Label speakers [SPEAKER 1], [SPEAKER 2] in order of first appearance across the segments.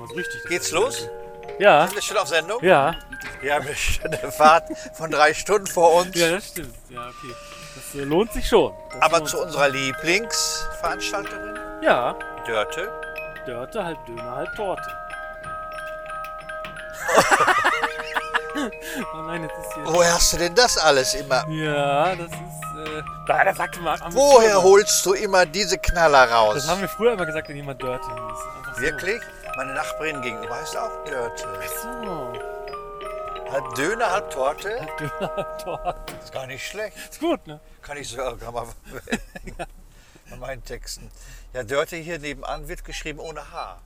[SPEAKER 1] Also, richtig.
[SPEAKER 2] Geht's los?
[SPEAKER 1] Ja,
[SPEAKER 2] Sind wir schon auf Sendung?
[SPEAKER 1] ja.
[SPEAKER 2] Wir haben eine Fahrt von drei Stunden vor uns.
[SPEAKER 1] Ja, das stimmt. Ja, okay. Das äh, lohnt sich schon. Das
[SPEAKER 2] aber
[SPEAKER 1] lohnt
[SPEAKER 2] zu unserer Lieblingsveranstalterin,
[SPEAKER 1] Ja,
[SPEAKER 2] Dörte.
[SPEAKER 1] Dörte, halb Döner, halb Torte. oh nein, jetzt ist hier...
[SPEAKER 2] Woher hast du denn das alles immer?
[SPEAKER 1] Ja, das ist... Äh, da, das sagte man... haben wir früher
[SPEAKER 2] Woher
[SPEAKER 1] immer-
[SPEAKER 2] holst du immer diese Knaller
[SPEAKER 1] Das
[SPEAKER 2] raus?
[SPEAKER 1] haben wir früher immer gesagt, wenn jemand Dörte hieß. Einfach so.
[SPEAKER 2] Wirklich? Meine Nachbarin gegenüber heißt auch Dörte.
[SPEAKER 1] So,
[SPEAKER 2] Halb Döner, halb Torte?
[SPEAKER 1] Döner, halb Torte.
[SPEAKER 2] Ist gar nicht schlecht.
[SPEAKER 1] Ist gut, ne?
[SPEAKER 2] Kann ich sogar mal verwenden. Bei meinen Texten. Ja, Dörte hier nebenan wird geschrieben ohne H.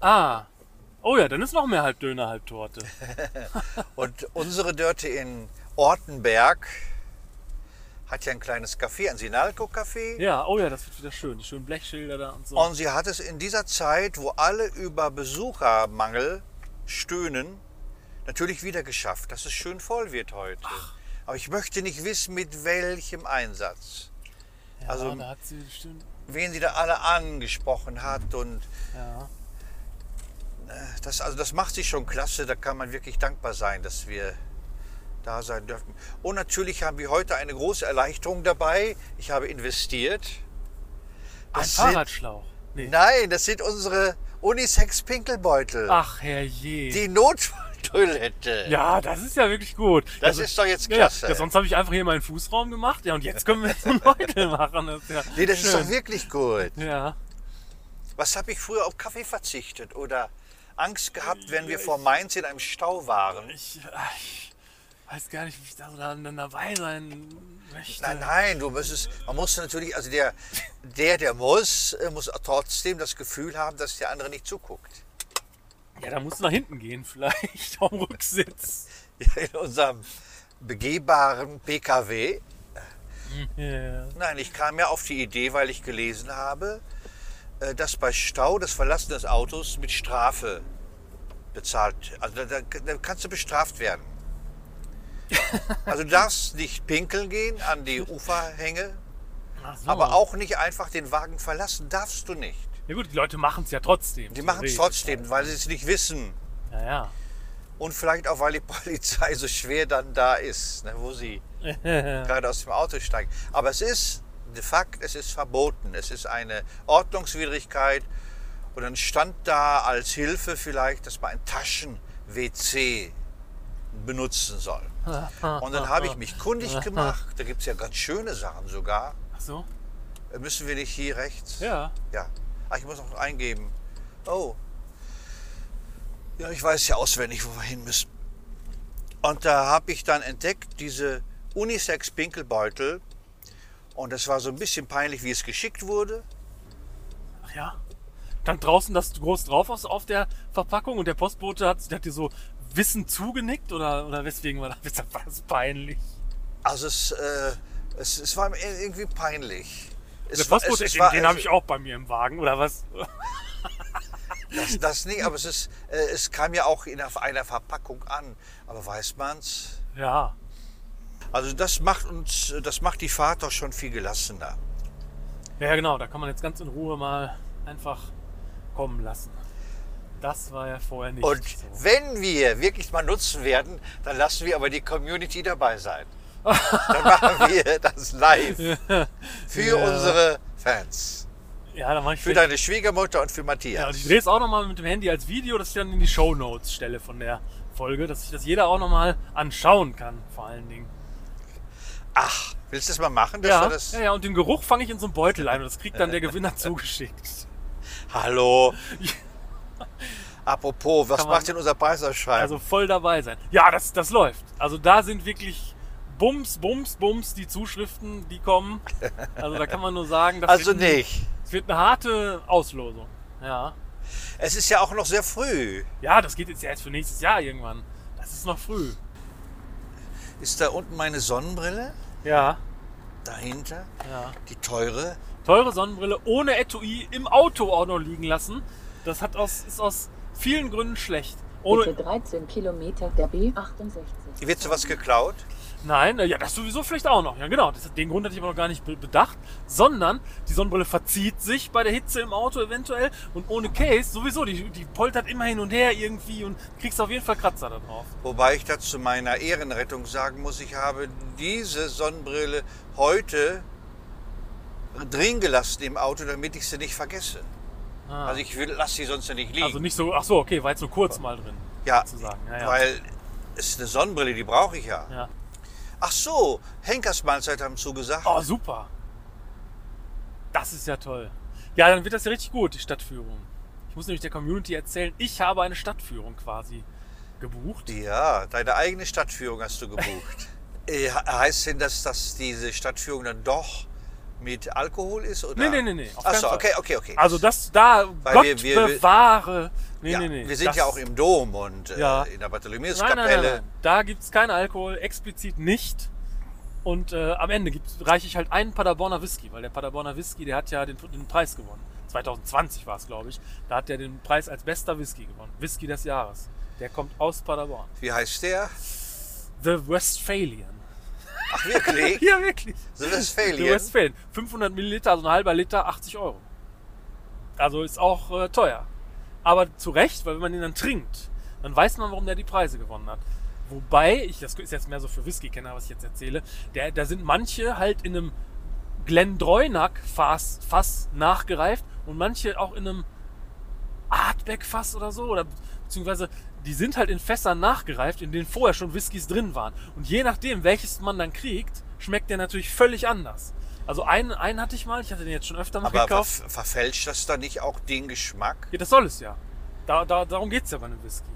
[SPEAKER 1] Ah. Oh ja, dann ist noch mehr halb Döner, halb Torte.
[SPEAKER 2] Und unsere Dörte in Ortenberg hat ja ein kleines Café, ein Sinalco-Café.
[SPEAKER 1] Ja, oh ja, das wird wieder schön. Die schönen Blechschilder da und so.
[SPEAKER 2] Und sie hat es in dieser Zeit, wo alle über Besuchermangel stöhnen, natürlich wieder geschafft, dass es schön voll wird heute. Aber ich möchte nicht wissen, mit welchem Einsatz.
[SPEAKER 1] ja,
[SPEAKER 2] also-
[SPEAKER 1] da hat sie bestimmt...
[SPEAKER 2] Wen sie da alle angesprochen hat. Und
[SPEAKER 1] Ja.
[SPEAKER 2] das, also das macht sie schon klasse. Da kann man wirklich dankbar sein, dass wir da sein dürfen. Und natürlich haben wir heute eine große Erleichterung dabei. Ich habe investiert.
[SPEAKER 1] Ein
[SPEAKER 2] Das sind-
[SPEAKER 1] Fahrradschlauch. Nee.
[SPEAKER 2] Nein, das sind unsere Unisex-Pinkelbeutel.
[SPEAKER 1] Ach, herrje.
[SPEAKER 2] Die Notfalltoilette.
[SPEAKER 1] Ah. Ja, das ist ja wirklich gut. Also,
[SPEAKER 2] Das ist doch jetzt
[SPEAKER 1] ja,
[SPEAKER 2] klasse.
[SPEAKER 1] Ja, sonst habe ich einfach hier meinen Fußraum gemacht. Ja, und jetzt können wir so einen Beutel machen. Das ist ja
[SPEAKER 2] Nee, das ist
[SPEAKER 1] schön.
[SPEAKER 2] doch wirklich gut.
[SPEAKER 1] Ja.
[SPEAKER 2] Was habe ich früher auf Kaffee verzichtet oder Angst gehabt, wenn wir vor Mainz in einem Stau waren?
[SPEAKER 1] Ich, ach, ich weiß gar nicht, wie ich da so dann, dann dabei sein möchte.
[SPEAKER 2] Nein, nein, du müsstest, man muss natürlich, also der, der, der muss, äh, muss trotzdem das Gefühl haben, dass der andere nicht zuguckt.
[SPEAKER 1] Ja, da musst du nach hinten gehen, vielleicht am Rücksitz.
[SPEAKER 2] In unserem begehbaren PKW.
[SPEAKER 1] Ja.
[SPEAKER 2] Nein, ich kam ja auf die Idee, weil ich gelesen habe, äh, dass bei Stau das Verlassen des Autos mit Strafe bezahlt. Also da, da, da kannst du bestraft werden. Also du darfst nicht pinkeln gehen an die Uferhänge,
[SPEAKER 1] Ach so.
[SPEAKER 2] aber auch nicht einfach den Wagen verlassen darfst du nicht.
[SPEAKER 1] Ja gut, die Leute machen es ja trotzdem.
[SPEAKER 2] Die machen es trotzdem, weil sie es nicht wissen.
[SPEAKER 1] Ja, ja.
[SPEAKER 2] Und vielleicht auch, weil die Polizei so schwer dann da ist, ne, wo sie gerade aus dem Auto steigen. Aber es ist de facto, es ist verboten. Es ist eine Ordnungswidrigkeit. Und dann stand da als Hilfe vielleicht, dass man ein Taschen-WC benutzen soll. Und dann habe ich mich kundig gemacht. Da gibt es ja ganz schöne Sachen sogar.
[SPEAKER 1] Ach so?
[SPEAKER 2] Äh, Müssen wir nicht hier rechts?
[SPEAKER 1] Ja.
[SPEAKER 2] Ja. Ah, ich muss noch eingeben. Oh. Ja, ich weiß ja auswendig, wo wir hin müssen. Und da habe ich dann entdeckt, diese Unisex-Pinkelbeutel. Und das war so ein bisschen peinlich, wie es geschickt wurde.
[SPEAKER 1] Ach ja. Dann draußen das groß drauf auf, auf der Verpackung und der Postbote hat, der hat dir so wissend zugenickt oder, oder weswegen war das, war das peinlich?
[SPEAKER 2] Also es, äh, es, es war mir irgendwie peinlich. Es
[SPEAKER 1] Der
[SPEAKER 2] war-
[SPEAKER 1] Postbote,
[SPEAKER 2] es- es
[SPEAKER 1] den,
[SPEAKER 2] war-
[SPEAKER 1] den habe ich auch bei mir im Wagen oder was?
[SPEAKER 2] Das, das nicht, aber es, ist, äh, es kam ja auch in auf einer Verpackung an. Aber weiß man's?
[SPEAKER 1] Ja.
[SPEAKER 2] Also das macht uns, das macht die Fahrt doch schon viel gelassener.
[SPEAKER 1] Ja, genau, da kann man jetzt ganz in Ruhe mal einfach kommen lassen. Das war ja vorher nicht
[SPEAKER 2] Und
[SPEAKER 1] so.
[SPEAKER 2] wenn wir wirklich mal nutzen werden, dann lassen wir aber die Community dabei sein. Dann machen wir das live für unsere Fans.
[SPEAKER 1] Ja, dann mache ich
[SPEAKER 2] Für
[SPEAKER 1] vielleicht-
[SPEAKER 2] deine Schwiegermutter und
[SPEAKER 1] Ja,
[SPEAKER 2] für
[SPEAKER 1] und
[SPEAKER 2] Matthias.
[SPEAKER 1] ich drehe es auch nochmal mit dem Handy als Video, dass ich dann in die Shownotes stelle von der Folge, dass sich das jeder auch nochmal anschauen kann, vor allen Dingen.
[SPEAKER 2] Ach, willst du das mal machen? dass
[SPEAKER 1] Ja,
[SPEAKER 2] wir das
[SPEAKER 1] ja, ja, und den Geruch fange ich in so einen Beutel ein und das kriegt dann der Gewinner zugeschickt.
[SPEAKER 2] Hallo. Apropos, was
[SPEAKER 1] Kann man-
[SPEAKER 2] macht denn unser Preisausschreiben?
[SPEAKER 1] Also voll dabei sein. Ja, das, das läuft. Also da sind wirklich Bums, Bums, Bums, die Zuschriften, die kommen. Also da kann man nur sagen, das
[SPEAKER 2] also
[SPEAKER 1] wird, ein-
[SPEAKER 2] nicht.
[SPEAKER 1] es wird eine harte Auslosung. Ja.
[SPEAKER 2] Es ist ja auch noch sehr früh.
[SPEAKER 1] ja, das geht jetzt ja erst für nächstes Jahr irgendwann. Das ist noch früh.
[SPEAKER 2] Ist da unten meine Sonnenbrille?
[SPEAKER 1] Ja,
[SPEAKER 2] Dahinter?
[SPEAKER 1] ja.
[SPEAKER 2] Die teure?
[SPEAKER 1] teure Sonnenbrille ohne Etui im Auto auch noch liegen lassen. Das hat aus, ist aus vielen Gründen schlecht. Ohne-
[SPEAKER 3] Bitte 13 Kilometer der B68.
[SPEAKER 2] Wird sowas geklaut?
[SPEAKER 1] Nein, äh, ja, das sowieso vielleicht auch noch. Ja, genau. Das, den Grund hatte ich aber noch gar nicht be- bedacht. Sondern die Sonnenbrille verzieht sich bei der Hitze im Auto eventuell. Und ohne Case sowieso. Die, die poltert immer hin und her irgendwie und kriegst auf jeden Fall Kratzer da drauf.
[SPEAKER 2] Wobei ich da zu meiner Ehrenrettung sagen muss, ich habe diese Sonnenbrille heute drin gelassen im Auto, damit ich sie nicht vergesse.
[SPEAKER 1] Ah.
[SPEAKER 2] Also ich will- lasse sie sonst ja nicht liegen.
[SPEAKER 1] Also nicht so, ach so, okay, war jetzt nur kurz mal drin.
[SPEAKER 2] ja,
[SPEAKER 1] sozusagen. Ja, ja.
[SPEAKER 2] weil es ist eine Sonnenbrille, die brauche ich ja.
[SPEAKER 1] Ja.
[SPEAKER 2] Ach so, Henkers Mahlzeit haben zugesagt.
[SPEAKER 1] Oh, super. Das ist ja toll. Ja, dann wird das ja richtig gut, die Stadtführung. Ich muss nämlich der Community erzählen, ich habe eine Stadtführung quasi gebucht.
[SPEAKER 2] Ja, deine eigene Stadtführung hast du gebucht. Äh, he- heißt denn, dass, dass diese Stadtführung dann doch mit Alkohol ist? Oder?
[SPEAKER 1] Nee, nee, nee, nee, auf keinen
[SPEAKER 2] Achso,
[SPEAKER 1] Fall.
[SPEAKER 2] okay, okay, okay.
[SPEAKER 1] Also das da, Gott
[SPEAKER 2] wir- wir- wir-
[SPEAKER 1] bewahre. Nee,
[SPEAKER 2] ja,
[SPEAKER 1] nee, nee.
[SPEAKER 2] Wir sind
[SPEAKER 1] das,
[SPEAKER 2] ja auch im Dom und äh,
[SPEAKER 1] Ja.
[SPEAKER 2] in der
[SPEAKER 1] nein, nein, nein,
[SPEAKER 2] Bartholomäuskapelle.
[SPEAKER 1] nein. Da gibt's keinen Alkohol, explizit nicht. Und äh, am Ende gibt's- reiche ich halt einen Paderborner Whisky, weil der Paderborner Whisky, der hat ja den, den Preis gewonnen. 2020 war es, glaube ich. Da hat er den Preis als bester Whisky gewonnen. Whisky des Jahres. Der kommt aus Paderborn.
[SPEAKER 2] Wie heißt der?
[SPEAKER 1] The Westphalian.
[SPEAKER 2] Ach, wirklich?
[SPEAKER 1] Ja, wirklich.
[SPEAKER 2] The
[SPEAKER 1] The
[SPEAKER 2] Westphalian?
[SPEAKER 1] Westphalian. 500 Milliliter, also ein halber Liter, 80 Euro. Also ist auch äh, teuer. Aber zu Recht, weil wenn man den dann trinkt, dann weiß man, warum der die Preise gewonnen hat. Wobei, ich, das ist jetzt mehr so für Whisky-Kenner, was ich jetzt erzähle, der, da sind manche halt in einem Glendroinac-Fass Fass nachgereift und manche auch in einem Artback-Fass oder so. Oder beziehungsweise die sind halt in Fässern nachgereift, in denen vorher schon Whiskys drin waren. Und je nachdem, welches man dann kriegt, schmeckt der natürlich völlig anders. Also einen, einen hatte ich mal, ich hatte den jetzt schon öfter mal
[SPEAKER 2] Aber
[SPEAKER 1] gekauft.
[SPEAKER 2] ver verfälscht das dann nicht auch den Geschmack?
[SPEAKER 1] Ja, das soll es ja. Da, da, darum geht's ja bei einem Whisky.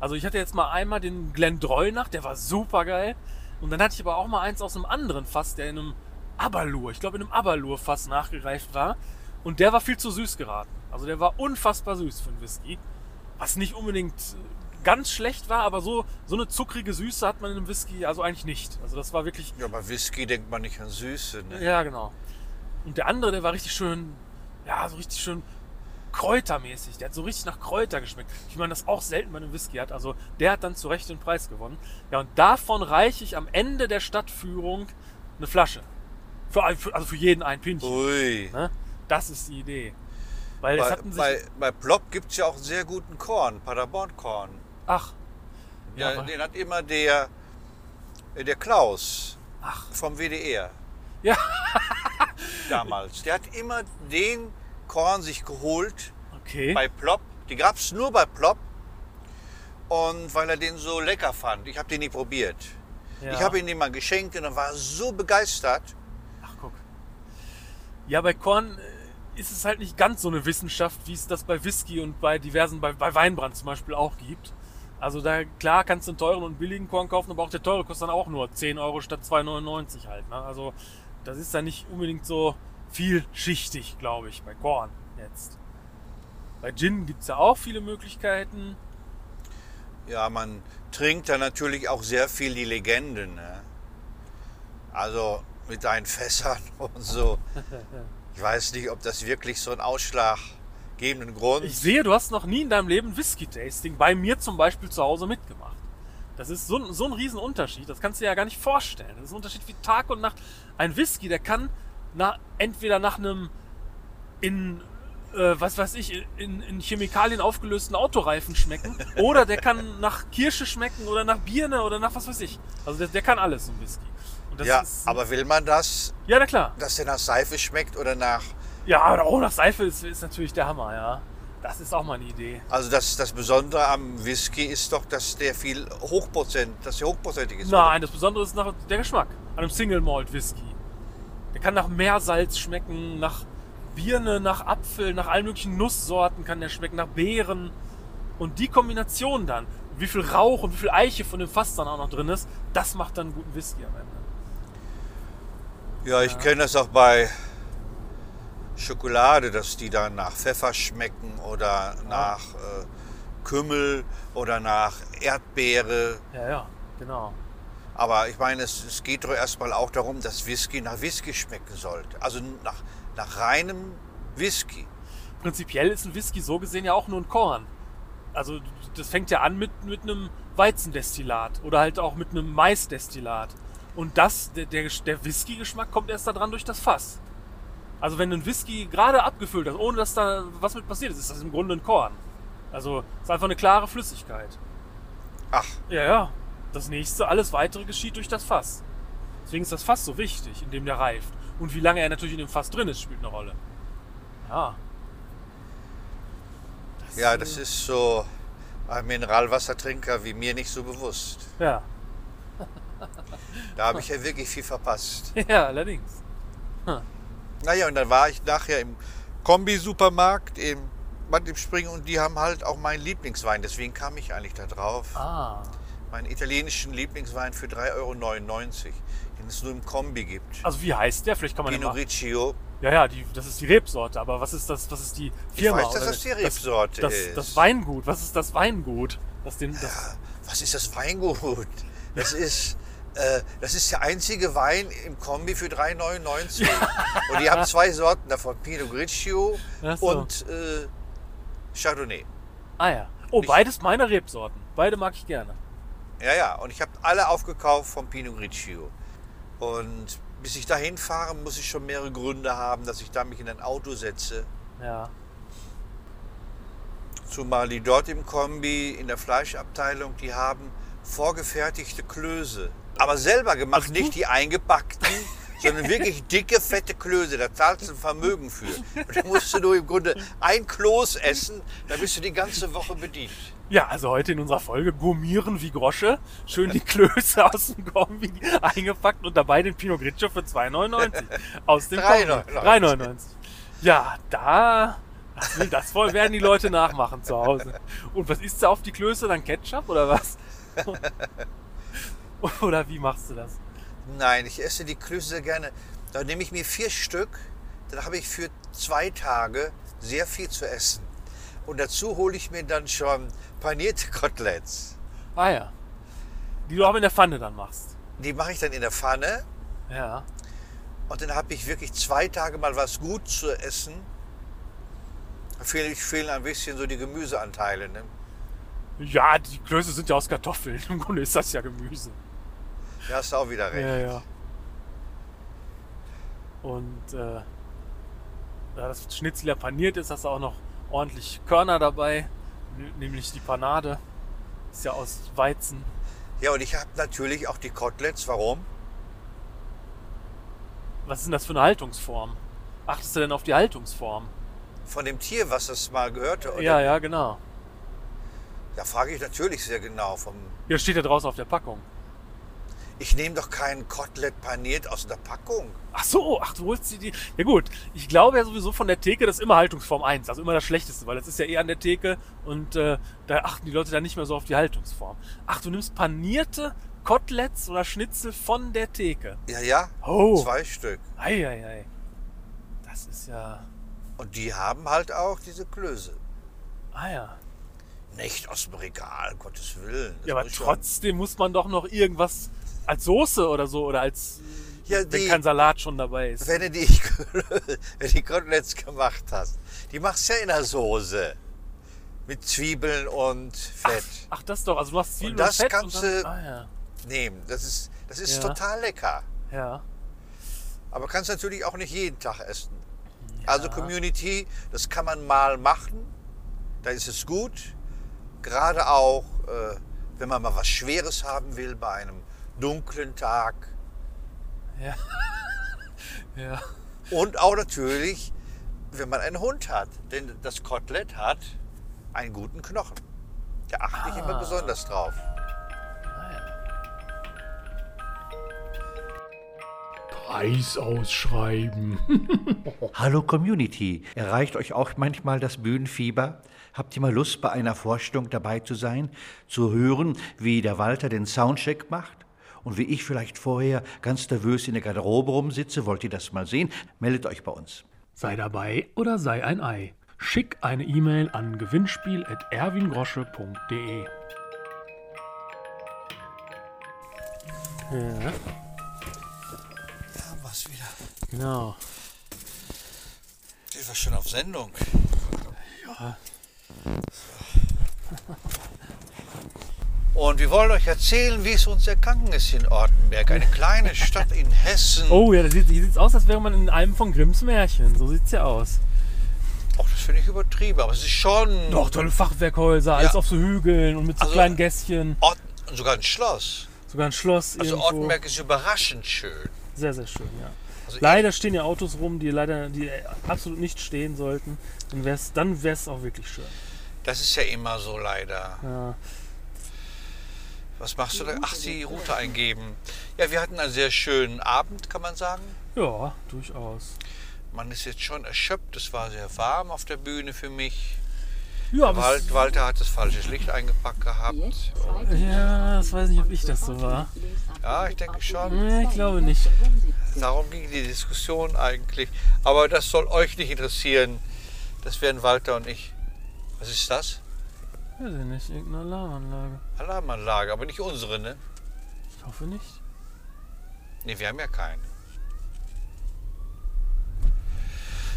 [SPEAKER 1] Also ich hatte jetzt mal einmal den Glendroinach, der war super geil. Und dann hatte ich aber auch mal eins aus einem anderen Fass, der in einem Abalur, ich glaube in einem Abalur-Fass nachgereift war. Und der war viel zu süß geraten. Also der war unfassbar süß für einen Whisky. Was nicht unbedingt äh, ganz schlecht war, aber so, so eine zuckrige Süße hat man in einem Whisky also eigentlich nicht. Also das war wirklich
[SPEAKER 2] Ja, bei Whisky denkt man nicht an Süße. Ne?
[SPEAKER 1] ja, genau. Und der andere, der war richtig schön, ja, so richtig schön kräutermäßig. Der hat so richtig nach Kräuter geschmeckt. Ich meine, das auch selten bei einem Whisky hat. Also der hat dann zu Recht den Preis gewonnen. Ja, und davon reiche ich am Ende der Stadtführung eine Flasche. Für, ein- für, also für jeden ein Pinchen.
[SPEAKER 2] Ui.
[SPEAKER 1] Ne? Das ist die Idee. Weil es
[SPEAKER 2] Oh. Bei,
[SPEAKER 1] hatten sich...
[SPEAKER 2] bei, bei Plop gibt es ja auch einen sehr guten Korn, Paderborn-Korn.
[SPEAKER 1] ach, Ja,
[SPEAKER 2] Ja,
[SPEAKER 1] aber-
[SPEAKER 2] den hat immer der, äh, der Klaus
[SPEAKER 1] Ach.
[SPEAKER 2] vom WDR.
[SPEAKER 1] Ja.
[SPEAKER 2] Damals. Der hat immer den Korn sich geholt
[SPEAKER 1] okay.
[SPEAKER 2] bei Plop. Die gab es nur bei Plop. Und weil er den so lecker fand. Ich habe den nie probiert.
[SPEAKER 1] ja.
[SPEAKER 2] Ich habe ihn dem mal geschenkt und er war so begeistert.
[SPEAKER 1] Ach, guck. Ja, bei Korn äh, ist es halt nicht ganz so eine Wissenschaft, wie es das bei Whisky und bei diversen, bei, bei Weinbrand zum Beispiel auch gibt. Also da, klar, kannst du einen teuren und billigen Korn kaufen, aber auch der teure kostet dann auch nur 10 Euro statt 2,99 halt. Ne? Also das ist dann nicht unbedingt so vielschichtig, glaube ich, bei Korn jetzt. Bei Gin gibt's ja auch viele Möglichkeiten.
[SPEAKER 2] Ja, man trinkt da natürlich auch sehr viel die Legenden. Ne? Also mit deinen Fässern und so. Ich weiß nicht, ob das wirklich so einen ausschlaggebenden Grund
[SPEAKER 1] Ich sehe, du hast noch nie in deinem Leben Whisky-Tasting bei mir zum Beispiel zu Hause mitgemacht. Das ist so, ein- so ein Riesenunterschied. Das kannst du dir ja gar nicht vorstellen. Das ist ein Unterschied wie Tag und Nacht. Ein Whisky, der kann na, entweder nach einem in, äh, was weiß ich, in, in Chemikalien aufgelösten Autoreifen schmecken oder der kann nach Kirsche schmecken oder nach Birne oder nach was weiß ich. Also der, der kann alles, so ein Whisky. Und das
[SPEAKER 2] ja,
[SPEAKER 1] ist,
[SPEAKER 2] aber will man das,
[SPEAKER 1] ja, na klar.
[SPEAKER 2] dass der nach Seife schmeckt oder nach.
[SPEAKER 1] Ja, aber auch nach Seife ist, ist natürlich der Hammer, ja. Das ist auch mal eine Idee.
[SPEAKER 2] Also das, das Besondere am Whisky ist doch, dass der viel hochprozent, dass der hochprozentig ist.
[SPEAKER 1] Nein, das Besondere ist nach der Geschmack. An einem Single Malt Whisky. Der kann nach Meersalz schmecken, nach Birne, nach Apfel, nach allen möglichen Nusssorten kann der schmecken, nach Beeren. Und die Kombination dann, wie viel Rauch und wie viel Eiche von dem Fass dann auch noch drin ist, das macht dann einen guten Whisky am Ende.
[SPEAKER 2] Ja, ich kenne das auch bei Schokolade, dass die dann nach Pfeffer schmecken oder nach äh, Kümmel oder nach Erdbeere.
[SPEAKER 1] Ja, ja, genau.
[SPEAKER 2] Aber ich meine, es, es geht doch erstmal auch darum, dass Whisky nach Whisky schmecken sollte. Also nach, nach reinem Whisky.
[SPEAKER 1] Prinzipiell ist ein Whisky so gesehen ja auch nur ein Korn. also das fängt ja an mit, mit einem Weizendestillat oder halt auch mit einem Maisdestillat. Und das, der, der, der Whisky-Geschmack kommt erst da dran durch das Fass. Also wenn ein Whisky gerade abgefüllt ist, ohne dass da was mit passiert ist, ist das im Grunde ein Korn. Also ist einfach eine klare Flüssigkeit.
[SPEAKER 2] Ach,
[SPEAKER 1] Ja, ja. Das nächste, alles weitere geschieht durch das Fass. Deswegen ist das Fass so wichtig, in dem der reift. Und wie lange er natürlich in dem Fass drin ist, spielt eine Rolle. Ja. Das,
[SPEAKER 2] ja,
[SPEAKER 1] äh,
[SPEAKER 2] das ist so ein Mineralwassertrinker wie mir nicht so bewusst.
[SPEAKER 1] Ja.
[SPEAKER 2] Da habe ich ja wirklich viel verpasst.
[SPEAKER 1] ja, allerdings.
[SPEAKER 2] Naja, und dann war ich nachher im Kombi-Supermarkt im Bad im Springen und die haben halt auch meinen Lieblingswein. Deswegen kam ich eigentlich da drauf.
[SPEAKER 1] Ah.
[SPEAKER 2] Meinen italienischen Lieblingswein für 3,99 Euro, den es nur im Kombi gibt.
[SPEAKER 1] Also wie heißt der? Vielleicht kann man den
[SPEAKER 2] Pinot
[SPEAKER 1] mal.
[SPEAKER 2] Grigio.
[SPEAKER 1] Ja, ja, die, das ist die Rebsorte, aber was ist das, was ist die Firma?
[SPEAKER 2] weiß, dass
[SPEAKER 1] oder
[SPEAKER 2] das die Rebsorte
[SPEAKER 1] das,
[SPEAKER 2] ist.
[SPEAKER 1] Das, das Weingut, was ist das Weingut? Das den, das,
[SPEAKER 2] Was ist das Weingut? Das ist, äh, das ist der einzige Wein im Kombi für 3,99. Und die haben zwei Sorten davon, Pinot Grigio
[SPEAKER 1] Ach so.
[SPEAKER 2] und äh, Chardonnay.
[SPEAKER 1] ah ja. Oh,
[SPEAKER 2] Nicht-
[SPEAKER 1] beides meine Rebsorten. Beide mag ich gerne.
[SPEAKER 2] Ja, ja, und ich habe alle aufgekauft vom Pinot Grigio. Und bis ich dahin fahre, muss ich schon mehrere Gründe haben, dass ich da mich in ein Auto setze.
[SPEAKER 1] Ja.
[SPEAKER 2] Zumal die dort im Kombi in der Fleischabteilung, die haben vorgefertigte Klöße. Aber selber gemacht,
[SPEAKER 1] Also du-
[SPEAKER 2] nicht die eingepackten, sondern wirklich dicke, fette Klöße. Da zahlst du ein Vermögen für. Und da musst du nur im Grunde ein Kloß essen, da bist du die ganze Woche bedient.
[SPEAKER 1] Ja, also heute in unserer Folge gourmieren wie Grosche. Schön die Klöße aus dem Kombi eingepackt und dabei den Pinot Grigio für 2,99. Aus dem
[SPEAKER 2] 3,99.
[SPEAKER 1] Kombi. 3,99. Ja, da das, will, das wohl werden die Leute nachmachen zu Hause. Und was isst du auf die Klöße? Dann Ketchup oder was? Oder wie machst du das?
[SPEAKER 2] Nein, ich esse die Klöße sehr gerne. Da nehme ich mir vier Stück, dann habe ich für zwei Tage sehr viel zu essen. Und dazu hole ich mir dann schon panierte Koteletts.
[SPEAKER 1] Ah ja. Die du auch in der Pfanne dann machst.
[SPEAKER 2] Die mache ich dann in der Pfanne
[SPEAKER 1] Ja.
[SPEAKER 2] und dann habe ich wirklich zwei Tage mal was gut zu essen. Da fehlen, fehlen ein bisschen so die Gemüseanteile. Ne?
[SPEAKER 1] Ja, die Klöße sind ja aus Kartoffeln. Im Grunde ist das ja Gemüse.
[SPEAKER 2] Da hast du auch wieder recht.
[SPEAKER 1] Ja, ja. Und äh, da das Schnitzel ja paniert ist, hast du auch noch ordentlich Körner dabei, n- nämlich die Panade. Ist ja aus Weizen.
[SPEAKER 2] Ja, und ich habe natürlich auch die Koteletts. Warum?
[SPEAKER 1] Was ist denn das für eine Haltungsform? Achtest du denn auf die Haltungsform?
[SPEAKER 2] Von dem Tier, was das mal gehörte. oder?
[SPEAKER 1] Ja, ja, genau.
[SPEAKER 2] Da frage ich natürlich sehr genau vom
[SPEAKER 1] Ja, steht ja draußen auf der Packung.
[SPEAKER 2] Ich nehme doch kein Kotelett paniert aus der Packung.
[SPEAKER 1] Ach so, ach, du holst die, die. Ja gut, ich glaube ja sowieso von der Theke, das ist immer Haltungsform 1, also immer das Schlechteste, weil das ist ja eh an der Theke und äh, da achten die Leute dann nicht mehr so auf die Haltungsform. Ach, du nimmst panierte Koteletts oder Schnitzel von der Theke.
[SPEAKER 2] Ja, ja,
[SPEAKER 1] Oh,
[SPEAKER 2] zwei Stück.
[SPEAKER 1] eieiei. Das ist ja,
[SPEAKER 2] Und die haben halt auch diese Klöße.
[SPEAKER 1] ah ja.
[SPEAKER 2] Nicht aus dem Regal, um Gottes Willen. Das
[SPEAKER 1] Ja, aber
[SPEAKER 2] muss schon-
[SPEAKER 1] trotzdem muss man doch noch irgendwas als Soße oder so oder als,
[SPEAKER 2] Ja,
[SPEAKER 1] wenn
[SPEAKER 2] Äh, die,
[SPEAKER 1] kein Salat schon dabei ist.
[SPEAKER 2] wenn du die, wenn du die Koteletts gemacht hast, die machst du ja in der Soße. Mit Zwiebeln und Fett
[SPEAKER 1] Ach, das doch, also du machst Zwiebeln
[SPEAKER 2] Und das
[SPEAKER 1] Fett
[SPEAKER 2] Ganze-
[SPEAKER 1] und dann, ah
[SPEAKER 2] nehmen. Das ist, das ist
[SPEAKER 1] Ja.
[SPEAKER 2] total lecker.
[SPEAKER 1] ja, ja.
[SPEAKER 2] Aber kannst natürlich auch nicht jeden Tag essen.
[SPEAKER 1] ja.
[SPEAKER 2] Also Community, das kann man mal machen. Da ist es gut. Gerade auch, äh, wenn man mal was Schweres haben will bei einem dunklen Tag.
[SPEAKER 1] Ja.
[SPEAKER 2] Und auch natürlich, wenn man einen Hund hat. Denn das Kotelett hat einen guten Knochen. Da achte ich immer besonders drauf.
[SPEAKER 4] Preis ausschreiben.
[SPEAKER 5] Hallo Community, erreicht euch auch manchmal das Bühnenfieber? Habt ihr mal Lust, bei einer Vorstellung dabei zu sein, zu hören, wie der Walter den Soundcheck macht? Und wie ich vielleicht vorher ganz nervös in der Garderobe rumsitze, wollt ihr das mal sehen? Meldet euch bei uns.
[SPEAKER 4] Sei dabei oder sei ein Ei. Schick eine E-Mail an gewinnspiel.erwingrosche.de.
[SPEAKER 1] ja.
[SPEAKER 2] Da haben wir es wieder.
[SPEAKER 1] Genau.
[SPEAKER 2] Sind wir schon auf Sendung? Und wir wollen euch erzählen, wie es uns ergangen ist in Ortenberg, eine kleine Stadt in Hessen.
[SPEAKER 1] Oh ja, das sieht, hier sieht's aus, als wäre man in einem von Grimms Märchen. So sieht's ja aus.
[SPEAKER 2] Och, das finde ich übertrieben, aber es ist schon
[SPEAKER 1] Doch, tolle Fachwerkhäuser, alles auf so Hügeln und mit so
[SPEAKER 2] Also-
[SPEAKER 1] kleinen Gässchen.
[SPEAKER 2] Ort, sogar ein Schloss.
[SPEAKER 1] Sogar ein Schloss
[SPEAKER 2] Also
[SPEAKER 1] irgendwo.
[SPEAKER 2] Ortenberg ist überraschend schön.
[SPEAKER 1] Sehr, sehr schön, ja.
[SPEAKER 2] Also
[SPEAKER 1] Leider stehen ja Autos rum, die leider die absolut nicht stehen sollten. Dann wäre es dann wär's auch wirklich schön.
[SPEAKER 2] Das ist ja immer so leider.
[SPEAKER 1] Ja.
[SPEAKER 2] Was machst du da? Ach, die Route eingeben. Ja, wir hatten einen sehr schönen Abend, kann man sagen.
[SPEAKER 1] Ja, durchaus.
[SPEAKER 2] Man ist jetzt schon erschöpft. Es war sehr warm auf der Bühne für mich.
[SPEAKER 1] Ja, aber halt- es,
[SPEAKER 2] Wal- Walter hat das falsche Licht eingepackt gehabt.
[SPEAKER 3] Jetzt zweite
[SPEAKER 1] Ja, das weiß nicht, ob ich das so
[SPEAKER 3] Straße.
[SPEAKER 1] war.
[SPEAKER 2] Ja, ich denke schon.
[SPEAKER 1] Nee, ich glaube nicht.
[SPEAKER 2] Darum ging die Diskussion eigentlich. Aber das soll euch nicht interessieren. Das wären Walter und ich. Was ist das?
[SPEAKER 1] weiß ich nicht, irgendeine Alarmanlage.
[SPEAKER 2] Alarmanlage, aber nicht unsere, ne?
[SPEAKER 1] Ich hoffe nicht.
[SPEAKER 2] Ne, wir haben ja keine.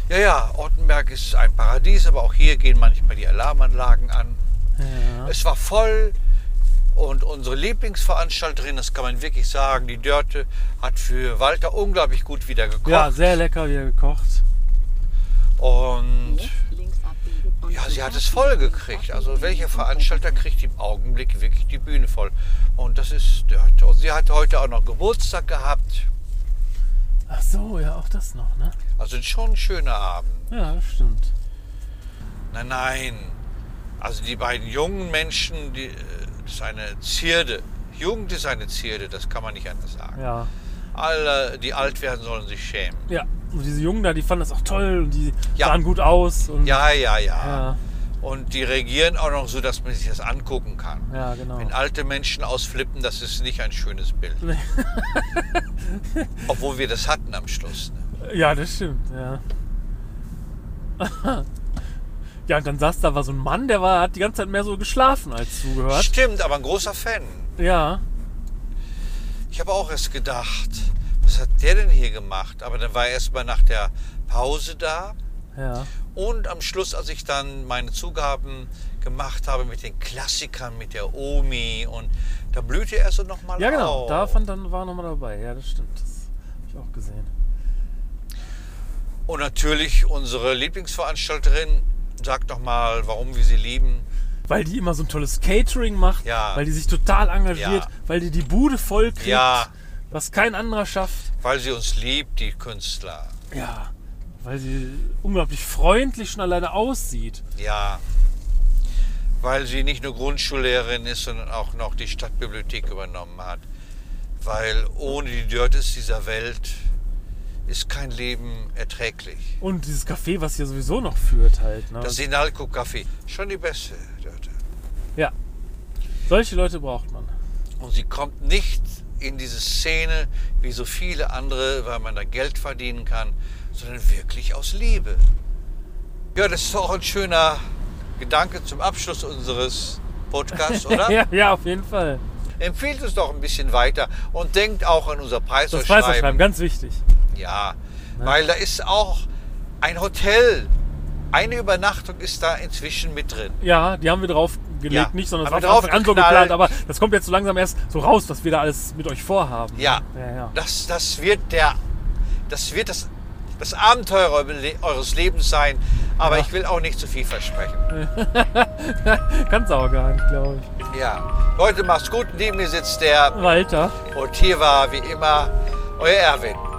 [SPEAKER 2] Ja, ja, Ortenberg ist ein Paradies, aber auch hier gehen manchmal die Alarmanlagen an.
[SPEAKER 1] Ja.
[SPEAKER 2] Es war voll und unsere Lieblingsveranstalterin, das kann man wirklich sagen, die Dörte, hat für Walter unglaublich gut wieder gekocht.
[SPEAKER 1] Ja, sehr lecker wieder gekocht.
[SPEAKER 2] und
[SPEAKER 3] Ja,
[SPEAKER 2] ja, sie hat es voll gekriegt. Also welcher Veranstalter kriegt im Augenblick wirklich die Bühne voll? Und das ist Dörte. Und sie hat heute auch noch Geburtstag gehabt.
[SPEAKER 1] Ach so, ja, auch das noch, ne?
[SPEAKER 2] Also schon ein schöner Abend.
[SPEAKER 1] Ja, das stimmt.
[SPEAKER 2] Nein, nein. Also die beiden jungen Menschen, die, äh, das ist eine Zierde. Jugend ist eine Zierde, das kann man nicht anders sagen.
[SPEAKER 1] Ja.
[SPEAKER 2] Alle, die alt werden, sollen sich schämen.
[SPEAKER 1] Ja, und diese Jungen da, die fanden das auch toll und die
[SPEAKER 2] Ja.
[SPEAKER 1] sahen gut aus. Und
[SPEAKER 2] Ja, ja, ja,
[SPEAKER 1] Ja,
[SPEAKER 2] Und die regieren auch noch so, dass man sich das angucken kann.
[SPEAKER 1] ja genau.
[SPEAKER 2] Wenn alte Menschen ausflippen, das ist nicht ein schönes Bild.
[SPEAKER 1] Nee.
[SPEAKER 2] Obwohl wir das hatten am Schluss. Ne?
[SPEAKER 1] Ja, das stimmt, ja. ja, und dann saß da war so ein Mann, der war, hat die ganze Zeit mehr so geschlafen als zugehört.
[SPEAKER 2] Stimmt, aber ein großer Fan.
[SPEAKER 1] Ja,
[SPEAKER 2] Ich habe auch erst gedacht, was hat der denn hier gemacht? Aber dann war er erst mal nach der Pause da.
[SPEAKER 1] ja.
[SPEAKER 2] Und am Schluss, als ich dann meine Zugaben gemacht habe mit den Klassikern, mit der Omi und da blühte er so nochmal
[SPEAKER 1] Ja, genau.
[SPEAKER 2] auf.
[SPEAKER 1] Da fand dann war nochmal dabei. Ja, das stimmt. Das habe ich auch gesehen.
[SPEAKER 2] und natürlich unsere Lieblingsveranstalterin, sagt doch mal, warum wir sie lieben.
[SPEAKER 1] Weil die immer so ein tolles Catering macht,
[SPEAKER 2] Ja.
[SPEAKER 1] weil die sich total engagiert,
[SPEAKER 2] Ja.
[SPEAKER 1] weil die die Bude voll kriegt,
[SPEAKER 2] Ja.
[SPEAKER 1] was kein anderer schafft.
[SPEAKER 2] Weil sie uns liebt, die Künstler.
[SPEAKER 1] Ja. Weil sie unglaublich freundlich schon alleine aussieht.
[SPEAKER 2] Ja. Weil sie nicht nur Grundschullehrerin ist, sondern auch noch die Stadtbibliothek übernommen hat. Weil ohne die Dörtes dieser Welt ist kein Leben erträglich.
[SPEAKER 1] Und dieses Café, was hier sowieso noch führt halt. Ne?
[SPEAKER 2] Das Sinalco-Kaffee, schon die beste Dörte.
[SPEAKER 1] ja. Solche Leute braucht man.
[SPEAKER 2] Und sie kommt nicht in diese Szene wie so viele andere, weil man da Geld verdienen kann, sondern wirklich aus Liebe. Ja, das ist doch auch ein schöner Gedanke zum Abschluss unseres Podcasts, oder?
[SPEAKER 1] Ja, ja, auf jeden Fall.
[SPEAKER 2] Empfehlt uns doch ein bisschen weiter und denkt auch an unser
[SPEAKER 1] Das
[SPEAKER 2] Preisausschreiben.
[SPEAKER 1] Preisausschreiben, ganz wichtig.
[SPEAKER 2] Ja, weil da ist auch ein Hotel. Eine Übernachtung ist da inzwischen mit drin.
[SPEAKER 1] Ja, die haben wir draufgelegt,
[SPEAKER 2] Ja,
[SPEAKER 1] nicht, sondern es war
[SPEAKER 2] haben wir
[SPEAKER 1] von Anfang an so
[SPEAKER 2] draufgeknallt.
[SPEAKER 1] geplant, aber das kommt jetzt so langsam erst so raus, was wir da alles mit euch vorhaben.
[SPEAKER 2] Ja,
[SPEAKER 1] Ja, ja.
[SPEAKER 2] Das, das wird der, das wird das, das Abenteuer eure- eures Lebens sein. Aber ich will auch nicht zu viel versprechen.
[SPEAKER 1] Kannst du auch gar nicht, glaube ich.
[SPEAKER 2] Ja, Leute, macht's gut. Neben mir sitzt der
[SPEAKER 1] Walter.
[SPEAKER 2] und hier war wie immer euer Erwin.